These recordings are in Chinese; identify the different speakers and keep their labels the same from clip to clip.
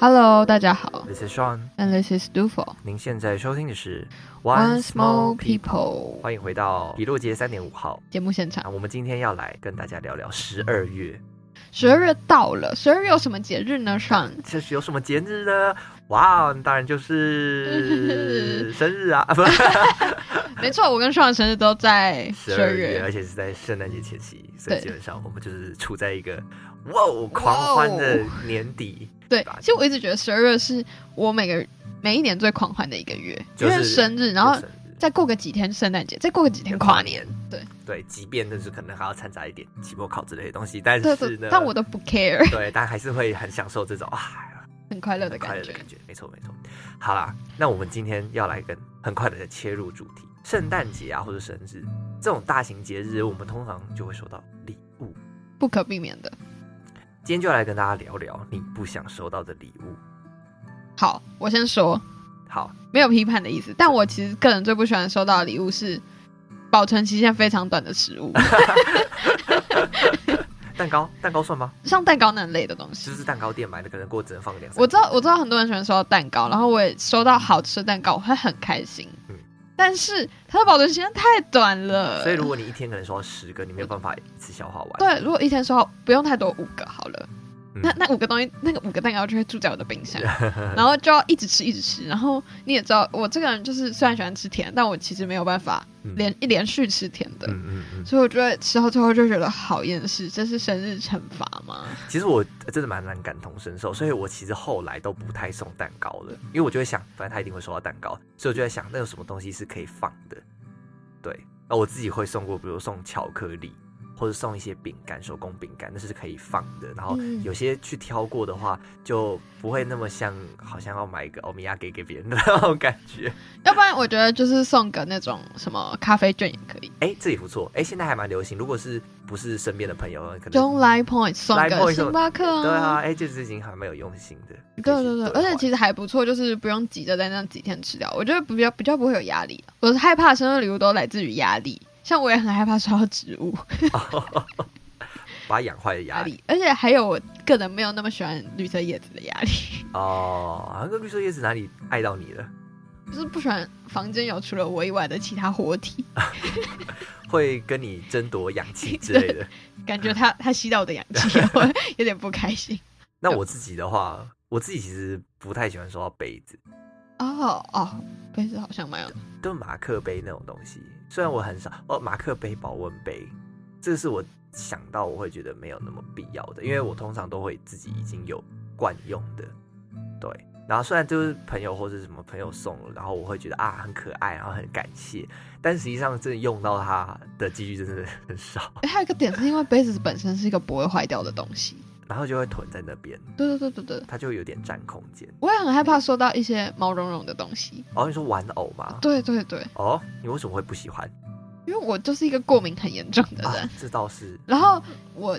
Speaker 1: Hello，大家好
Speaker 2: This is Sean，
Speaker 1: ，and this is Dufo。
Speaker 2: 您现在收听的是
Speaker 1: One small
Speaker 2: People
Speaker 1: people
Speaker 2: 欢迎回到比洛杰三点五号。
Speaker 1: 节目现
Speaker 2: 那
Speaker 1: 场，
Speaker 2: 我们今天要来跟大家聊聊十二月，
Speaker 1: 十二月到了，十二月有什么节日呢？ 上
Speaker 2: 这是有什么节日呢？哇，当然就是 生日啊，啊不，
Speaker 1: 没错，我跟上生日都在十
Speaker 2: 十二
Speaker 1: 二
Speaker 2: 月，而
Speaker 1: 月，
Speaker 2: 且是在圣诞节前夕，所以
Speaker 1: 对
Speaker 2: 基本上我们就是处在一个哇哦狂欢的年底。
Speaker 1: 对。其实我一直觉得十二月是我每个每一年最狂欢的一个月，
Speaker 2: 就是
Speaker 1: 因为生日，然后
Speaker 2: 就生日
Speaker 1: 再过个几天圣诞节，再过个几天跨年，对
Speaker 2: 对，即便就是可能还要掺杂一点期末考之类的东西，但
Speaker 1: 对
Speaker 2: 是呢
Speaker 1: 对，，但我都不 care，
Speaker 2: 对，但还是会很享受这种啊
Speaker 1: 很快乐的
Speaker 2: 很快
Speaker 1: 感
Speaker 2: 乐
Speaker 1: 觉。
Speaker 2: 的感觉，没错没错。好啦，那我们今天要来跟很快的切入主题，圣诞节啊或者生日这种大型节日，我们通常就会收到礼物。
Speaker 1: 不可避免的。
Speaker 2: 今天就来跟大家聊聊你不想收到的礼物。
Speaker 1: 好，我先说，
Speaker 2: 好，
Speaker 1: 没有批判的意思，但我其实个人最不喜欢收到的礼物是保存期限非常短的食物，
Speaker 2: 蛋糕，蛋糕算吗？
Speaker 1: 像蛋糕那类的东西
Speaker 2: 就。是蛋糕店买的，可能过只能放两。
Speaker 1: 我知道，我知道很多人喜欢收到蛋糕，然后我也收到好吃的蛋糕，我会很开心。
Speaker 2: 嗯
Speaker 1: 但是它的保存时间太短了，
Speaker 2: 所以如果你一天可能收到十个，你没有办法一次消化完。
Speaker 1: 对，如果一天收到不用太多，五个好了。
Speaker 2: 嗯
Speaker 1: 那那五个东西，那个五个蛋糕就会住在我的冰 箱，然后就要一直吃，一直吃。然后你也知道，我这个人就是虽然喜欢吃甜，但我其实没有办法
Speaker 2: 嗯
Speaker 1: 连一连续吃甜的。
Speaker 2: 嗯嗯嗯，
Speaker 1: 所以我觉得吃到最后就觉得好厌世，这是生日惩罚吗？
Speaker 2: 其实我真的蛮难感同身受，所以我其实后来都不太送蛋糕了，因为我就会想，反正他一定会收到蛋糕，所以我就在想，那有什么东西是可以放的？对，那我自己会送过，比如送巧克力，或者送一些饼干，手工饼干，那是可以放的。然后
Speaker 1: 嗯
Speaker 2: 有些去挑过的话，就不会那么像好像要买一个欧米亚给给别人的那种感觉。
Speaker 1: 要不然我觉得就是送个那种什么咖啡券也可以
Speaker 2: 哎，这也不错，哎，现在还蛮流行。如果是不是身边的朋友，可能
Speaker 1: ，Don't Lie Point 送
Speaker 2: Line
Speaker 1: 个
Speaker 2: Point
Speaker 1: 星巴克
Speaker 2: 对啊，，哎，这事情还蛮有用心的。
Speaker 1: 对啊
Speaker 2: 可以去
Speaker 1: 对对，
Speaker 2: 换
Speaker 1: 而且其实还不错，就是不用急着在那几天吃掉，我觉得比较比较不会有压力。啊我害怕生日礼物都来自于压力，像我也很害怕收到植物
Speaker 2: 把养坏的
Speaker 1: 压
Speaker 2: 压力
Speaker 1: 力，而且还有我个人没有那么喜欢绿色叶子的压力，
Speaker 2: 哦，那个绿色叶子哪里爱到你了？
Speaker 1: 就是不喜欢房间有除了我以外的其他活体，
Speaker 2: 会跟你争夺氧气之类的。
Speaker 1: 感觉它它吸到我的氧气， 我会有点不开心。
Speaker 2: 那我自己的话，我自己其实不太喜欢收到杯子，
Speaker 1: 哦哦，杯子好像蛮有，
Speaker 2: 就马克杯那种东西。虽然我很少哦，马克杯、保温杯，这是我想到我会觉得没有那么必要的，因为我通常都会自己已经有惯用的，对。然后虽然就是朋友或者什么朋友送了，然后我会觉得啊很可爱，然后很感谢，但实际上真的用到它的几率真的很少，
Speaker 1: 哎，还有一个点是因为杯子本身是一个不会坏掉的东西。
Speaker 2: 然后就会囤在那边。
Speaker 1: 对对对对对，
Speaker 2: 它就有点占空间。
Speaker 1: 我也很害怕收到一些毛茸茸的东西。
Speaker 2: 哦，你说玩偶吗？
Speaker 1: 对对对，
Speaker 2: 哦，你为什么会不喜欢
Speaker 1: 因为我就是一个过敏很严重的
Speaker 2: 啊
Speaker 1: 人，？
Speaker 2: 这倒是
Speaker 1: 然后我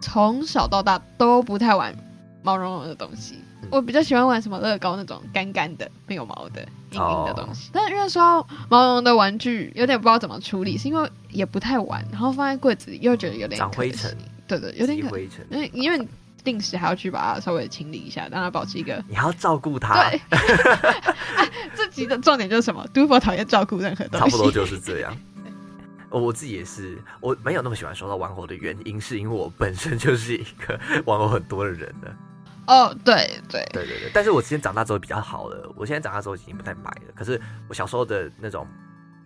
Speaker 1: 从小到大都不太玩毛茸茸的东西
Speaker 2: 嗯，
Speaker 1: 我比较喜欢玩什么乐高那种干干的、没有毛的、硬硬的东西。但是因为说到毛茸茸的玩具，有点不知道怎么处理，是因为也不太玩，然后放在柜子里又觉得有点
Speaker 2: 长
Speaker 1: 可惜
Speaker 2: 灰尘，
Speaker 1: 对对，有点
Speaker 2: 积
Speaker 1: 可，
Speaker 2: 灰尘，
Speaker 1: 因为因为你定时还要去把它稍微清理一下，让它保持一个。
Speaker 2: 你还要照顾它，
Speaker 1: 对， 哎这集的重点就是什么？杜甫讨厌照顾任何东
Speaker 2: 差
Speaker 1: 西，
Speaker 2: 不多就是这样。哦我自己也是，我没有那么喜欢收到玩偶的原因，是因为我本身就是一个 玩偶很多的人了。
Speaker 1: 哦，对对，
Speaker 2: 对对对，但是我之前长大之后比较好了，我现在长大之后已经不太买了。可是我小时候的那种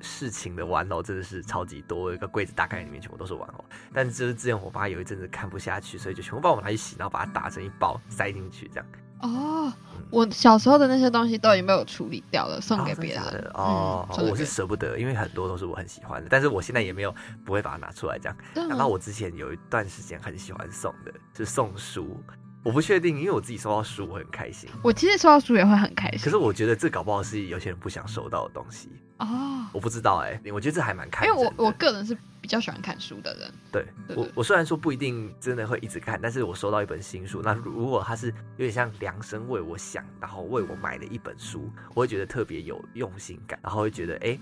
Speaker 2: 事情的玩偶真的是超级多，有一个柜子打开里面全部都是玩偶。但就是之前我妈有一阵子看不下去，所以就全部帮我拿去洗，然后把它打成一包塞进去这样。嗯
Speaker 1: 哦，我小时候的那些东西都已经被我处理掉了，送给
Speaker 2: 哦真的
Speaker 1: 别人
Speaker 2: 假
Speaker 1: 了。
Speaker 2: 的哦，
Speaker 1: 嗯送给
Speaker 2: 我
Speaker 1: 别
Speaker 2: 是舍不得，因为很多都是我很喜欢的，但是我现在也没有不会把它拿出来这样。
Speaker 1: 对
Speaker 2: 然
Speaker 1: 吗
Speaker 2: 后我之前有一段时间很喜欢送的，就是送书。我不确定，因为我自己收到书我很开心，
Speaker 1: 我其实收到书也会很开
Speaker 2: 可
Speaker 1: 心
Speaker 2: 是我觉得这搞不好是有些人不想收到的东西。
Speaker 1: 哦，
Speaker 2: 我不知道哎、我觉得这还蛮看
Speaker 1: 因为
Speaker 2: 人的。
Speaker 1: 我我个人是比较喜欢看书的人。
Speaker 2: 对
Speaker 1: 对
Speaker 2: 我
Speaker 1: 对
Speaker 2: 我虽然说不一定真的会一直看，但是我收到一本新书，那如果它是有点像量身为我想，然后为我买的一本书，我会觉得特别有用心感，然后会觉得哎、诶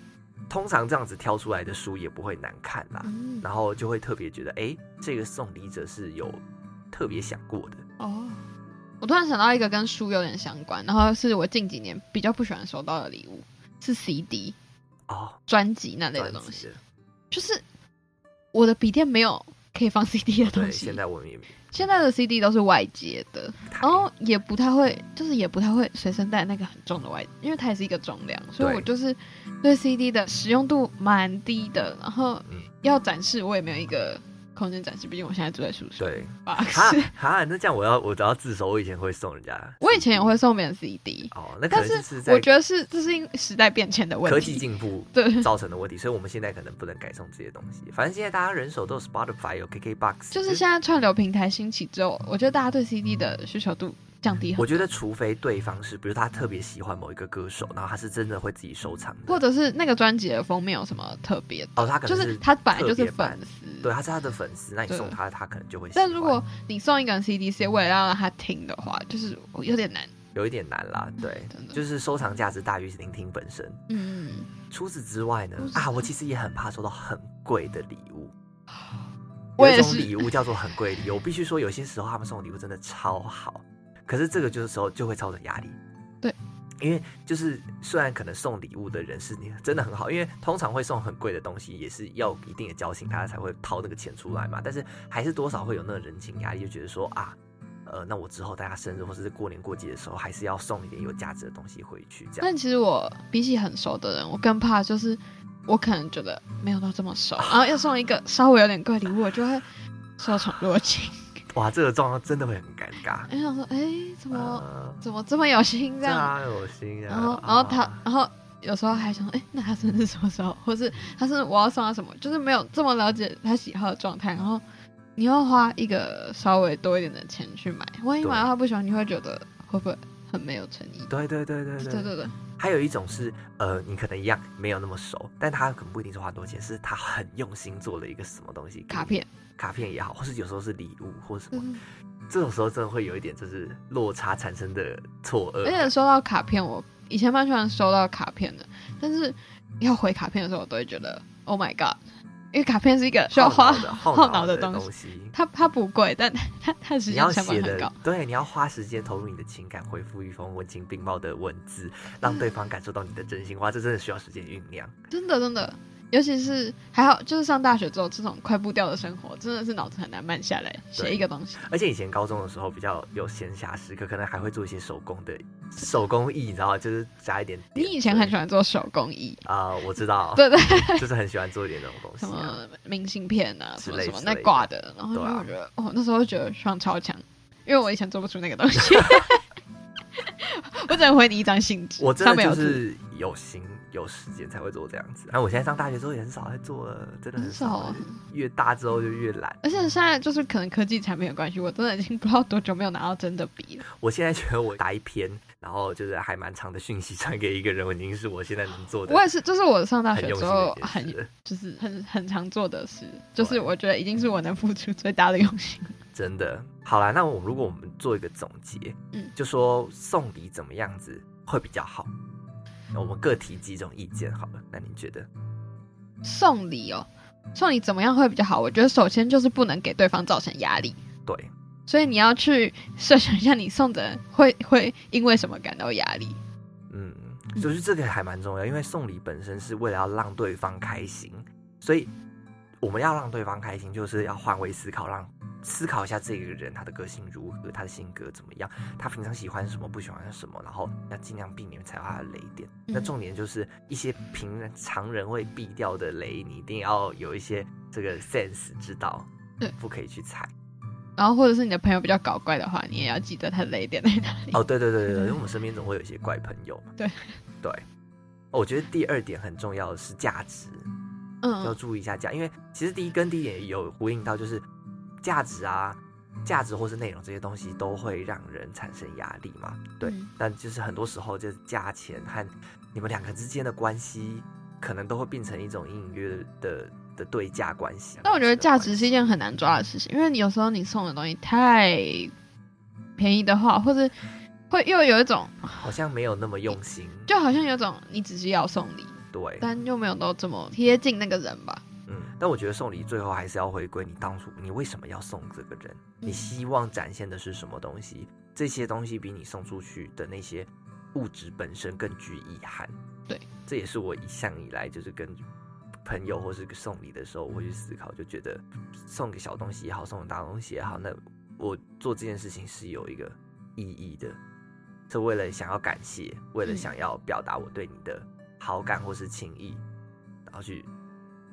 Speaker 2: 通常这样子挑出来的书也不会难看啦，
Speaker 1: 嗯，
Speaker 2: 然后就会特别觉得哎、诶这个送礼者是有特别想过的。
Speaker 1: 哦，我突然想到一个跟书有点相关，然后是我近几年比较不喜欢收到的礼物，是 CD
Speaker 2: 哦，
Speaker 1: 专辑那类的
Speaker 2: 专
Speaker 1: 东
Speaker 2: 辑
Speaker 1: 西
Speaker 2: 的。
Speaker 1: 就是我的笔电没有可以放 CD 的东
Speaker 2: 对，
Speaker 1: 西。
Speaker 2: 现在我们也没
Speaker 1: 现在的 CD 都是外接的，
Speaker 2: 太
Speaker 1: 然后也不太会，就是也不太会随身带那个很重的外，因为它也是一个重量，所以
Speaker 2: 对
Speaker 1: 我就是对 CD 的使用度蛮低的。然后
Speaker 2: 嗯
Speaker 1: 要展示，我也没有一个空间展示，毕竟我现在住在宿舍。
Speaker 2: 对，
Speaker 1: 吧？
Speaker 2: 啊哈哈，那这样我要我只要自首，我以前会送人家，
Speaker 1: 我以前也会送别人 CD，
Speaker 2: 哦，那可
Speaker 1: 但
Speaker 2: 能就是是在
Speaker 1: 我觉得是这是因时代变迁的问
Speaker 2: 科技
Speaker 1: 题。嗯
Speaker 2: 进步
Speaker 1: 对，
Speaker 2: 造成的问题，所以我们现在可能不能改送这些东西。反正现在大家人手都有 Spotify 有 KKBox，
Speaker 1: 就是现在串流平台兴起之后，我觉得大家对 CD 的需求度降低很
Speaker 2: 我觉得，除非对方是，比如他特别喜欢某一个歌手，然后他是真的会自己收藏的，
Speaker 1: 或者是那个专辑的封面有什么特别的，
Speaker 2: 哦，他可
Speaker 1: 就
Speaker 2: 能
Speaker 1: 是
Speaker 2: 是
Speaker 1: 他本来就
Speaker 2: 特
Speaker 1: 是
Speaker 2: 别版
Speaker 1: 粉丝，
Speaker 2: 对，他是他的粉丝，那你
Speaker 1: 对
Speaker 2: 送他，他可能就会喜欢。
Speaker 1: 但如果你送一个人 CD 是为了要让他听的话，就是我有点难，
Speaker 2: 有一点难啦，对，
Speaker 1: 真的。
Speaker 2: 就是收藏价值大于聆听本身。
Speaker 1: 嗯，
Speaker 2: 除此之外呢
Speaker 1: 除，此之
Speaker 2: 啊，我其实也很怕收到很贵的礼物。
Speaker 1: 啊我
Speaker 2: 有一
Speaker 1: 也
Speaker 2: 种
Speaker 1: 是
Speaker 2: 礼物叫做很贵的礼物，我必须说，有些时候他们送的礼物真的超好，可是这个就是时候就会造成压力。
Speaker 1: 对，
Speaker 2: 因为就是虽然可能送礼物的人是你真的很好，因为通常会送很贵的东西，也是要有一定的交情，大家才会掏那个钱出来嘛。但是还是多少会有那个人情压力，就觉得说啊，呃，那我之后大家生日或者是过年过节的时候，还是要送一点有价值的东西回去，这样。
Speaker 1: 但其实我比起很熟的人，我更怕就是我可能觉得没有到这么 熟，然后要送一个稍微有点贵的礼物，我就会受宠若 惊，
Speaker 2: 哇，这个状况真的会很尴尬。
Speaker 1: 我想说，哎、怎么
Speaker 2: 呃
Speaker 1: 怎么这么有心这
Speaker 2: 这
Speaker 1: 样？
Speaker 2: 样恶心啊！
Speaker 1: 然后然后他
Speaker 2: 啊
Speaker 1: 然后。有时候还想说，哎、那他生日什么时候？或是他是我要送他什么？就是没有这么了解他喜好的状态，然后你要花一个稍微多一点的钱去买，万一
Speaker 2: 对
Speaker 1: 买到他不喜欢，你会觉得会不会很没有诚意？
Speaker 2: 对对对对
Speaker 1: 对对对，
Speaker 2: 还有一种是，呃，你可能一样没有那么熟，但他可能不一定是花很多钱，是他很用心做了一个什么东西，
Speaker 1: 卡、片，嗯
Speaker 2: 卡片也好，或是有时候是礼物或什
Speaker 1: 对
Speaker 2: 么，
Speaker 1: 对
Speaker 2: 这种时候真的会有一点就是落差产生的错
Speaker 1: 而且
Speaker 2: 愕。
Speaker 1: 收到卡片，我以前蛮喜欢收到卡片的，但是要回卡片的时候，我都会觉得 Oh my God，因为卡片是一个需要花
Speaker 2: 耗脑的耗
Speaker 1: 脑
Speaker 2: 脑
Speaker 1: 的
Speaker 2: 的
Speaker 1: 东西
Speaker 2: 东西，
Speaker 1: 它它不贵，但它它的时
Speaker 2: 你
Speaker 1: 间
Speaker 2: 要
Speaker 1: 成
Speaker 2: 写
Speaker 1: 本很
Speaker 2: 的
Speaker 1: 高。
Speaker 2: 对，你要花时间投入你的情感，回复一封文情并茂的文字，
Speaker 1: 嗯
Speaker 2: 让对方感受到你的真心话，这真的需要时间酝酿。
Speaker 1: 真的真的，尤其是还好，就是上大学之后，这种快步调的生活，真的是脑子很难慢下来写一个东西。
Speaker 2: 而且以前高中的时候比较有闲暇时刻，可能还会做一些手工的手工艺，你知道吗？就是加一点
Speaker 1: 你
Speaker 2: 点
Speaker 1: 以前很喜
Speaker 2: 欢
Speaker 1: 欢做手工艺，
Speaker 2: 啊、我知道，
Speaker 1: 对对，
Speaker 2: 就是很喜欢做一点那种东西、
Speaker 1: 什
Speaker 2: 啊。
Speaker 1: 么明信片啊，什
Speaker 2: 之
Speaker 1: 么
Speaker 2: 类
Speaker 1: 什么
Speaker 2: 之
Speaker 1: 那
Speaker 2: 类的
Speaker 1: 挂的，然后因
Speaker 2: 对
Speaker 1: 为
Speaker 2: 啊
Speaker 1: 我觉得，哦，那时候就觉得双超强，因为我以前做不出那个东 西，我只能回你一张信纸，
Speaker 2: 我
Speaker 1: 上
Speaker 2: 真的
Speaker 1: 面有
Speaker 2: 就
Speaker 1: 字，
Speaker 2: 是有心有时间才会做这样子。然、啊后我现在上大学之后也很少在做了，真的
Speaker 1: 很
Speaker 2: 少。
Speaker 1: 少。啊
Speaker 2: 越大之后就越懒。
Speaker 1: 而且现在就是可能科技产品有关系，我真的已经不知道多久没有拿到真的笔了。
Speaker 2: 我现在觉得我打一篇，然后就是还蛮长的讯息传给一个人，我已经是我现在能做的
Speaker 1: 我也是，这是我上大
Speaker 2: 很
Speaker 1: 学
Speaker 2: 用
Speaker 1: 之
Speaker 2: 心的
Speaker 1: 后
Speaker 2: 一件
Speaker 1: 很
Speaker 2: 事了。
Speaker 1: 就是很很常做的事，就是
Speaker 2: 对
Speaker 1: 我觉得已经是我能付出最大的用心。
Speaker 2: 真的，好啦，那我如果我们做一个总结，
Speaker 1: 嗯
Speaker 2: 就说送礼怎么样子会比较好？那我们各提几种意见好了。那你觉得？
Speaker 1: 送礼哦，送礼怎么样会比较好？我觉得首先就是不能给对方造成压力，
Speaker 2: 对，
Speaker 1: 所以你要去设想一下你送的人会会因为什么感到压力。
Speaker 2: 嗯，就是这个还蛮重要，因为送礼本身是为了要让对方开心，所以我们要让对方开心，就是要换位思考，让思考一下这个人他的个性如何，他的性格怎么样，他平常喜欢什么，不喜欢什么，然后要尽量避免踩到他的雷点。那
Speaker 1: 嗯
Speaker 2: 重点就是一些平常人会避掉的雷，你一定要有一些这个 sense 知道
Speaker 1: 对，
Speaker 2: 不可以去踩。
Speaker 1: 然后或者是你的朋友比较搞怪的话，你也要记得他的雷点在哪里。
Speaker 2: 哦，对对对对对，因为我们身边总会有一些怪朋友嘛。
Speaker 1: 嗯对
Speaker 2: 对，哦我觉得第二点很重要的是价值，要
Speaker 1: 嗯，
Speaker 2: 注意一下价，因为其实第一跟第一点也有呼应到，就是价值啊、价值或是内容这些东西都会让人产生压力嘛。对，
Speaker 1: 嗯
Speaker 2: 但就是很多时候就是价钱和你们两个之间的关系，可能都会变成一种隐隐约约的的对价关系。啊
Speaker 1: 但我觉得价值是一件
Speaker 2: 很
Speaker 1: 很难抓的事情，因为你有时候你送的东西太便宜的话，或者会又有一种
Speaker 2: 好像没有那么用心。
Speaker 1: 就好像有一种你只是要送礼，
Speaker 2: 对，
Speaker 1: 但又没有到这么贴近那个人吧。
Speaker 2: 嗯，但我觉得送礼最后还是要回归你当初你为什么要送这个人，
Speaker 1: 嗯
Speaker 2: 你希望展现的是什么东西？这些东西比你送出去的那些物质本身更具意涵。
Speaker 1: 对，
Speaker 2: 这也是我一向以来就是跟朋友或是送礼的时候，我会去思考，就觉得送个小东西也好，送个大东西也好，那我做这件事情是有一个意义的，是为了想要感谢，为了
Speaker 1: 嗯
Speaker 2: 想要表达我对你的好感或是情谊，然后去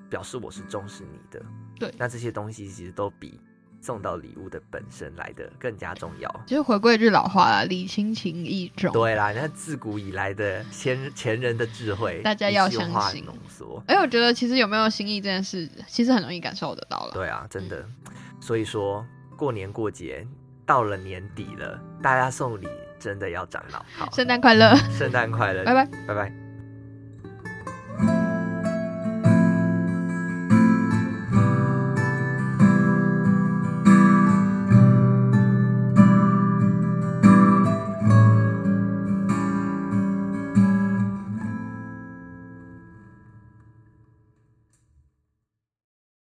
Speaker 2: 表示我是重视你的。
Speaker 1: 对
Speaker 2: 那这些东西其实都比送到礼物的本身来的更加重要。
Speaker 1: 就是回归一句老话啦，礼轻情意重。
Speaker 2: 对啦，那自古以来的前前人的智慧，
Speaker 1: 大家要
Speaker 2: 一句
Speaker 1: 相
Speaker 2: 话
Speaker 1: 信
Speaker 2: 浓缩。
Speaker 1: 哎，我觉得其实有没有心意这件事，其实很容易感受得到了。
Speaker 2: 对啊，真的。所以说，过年过节到了年底了，大家送礼真的要长脑。好，
Speaker 1: 圣诞快乐，
Speaker 2: 嗯圣诞快乐，
Speaker 1: 拜拜。
Speaker 2: 拜拜。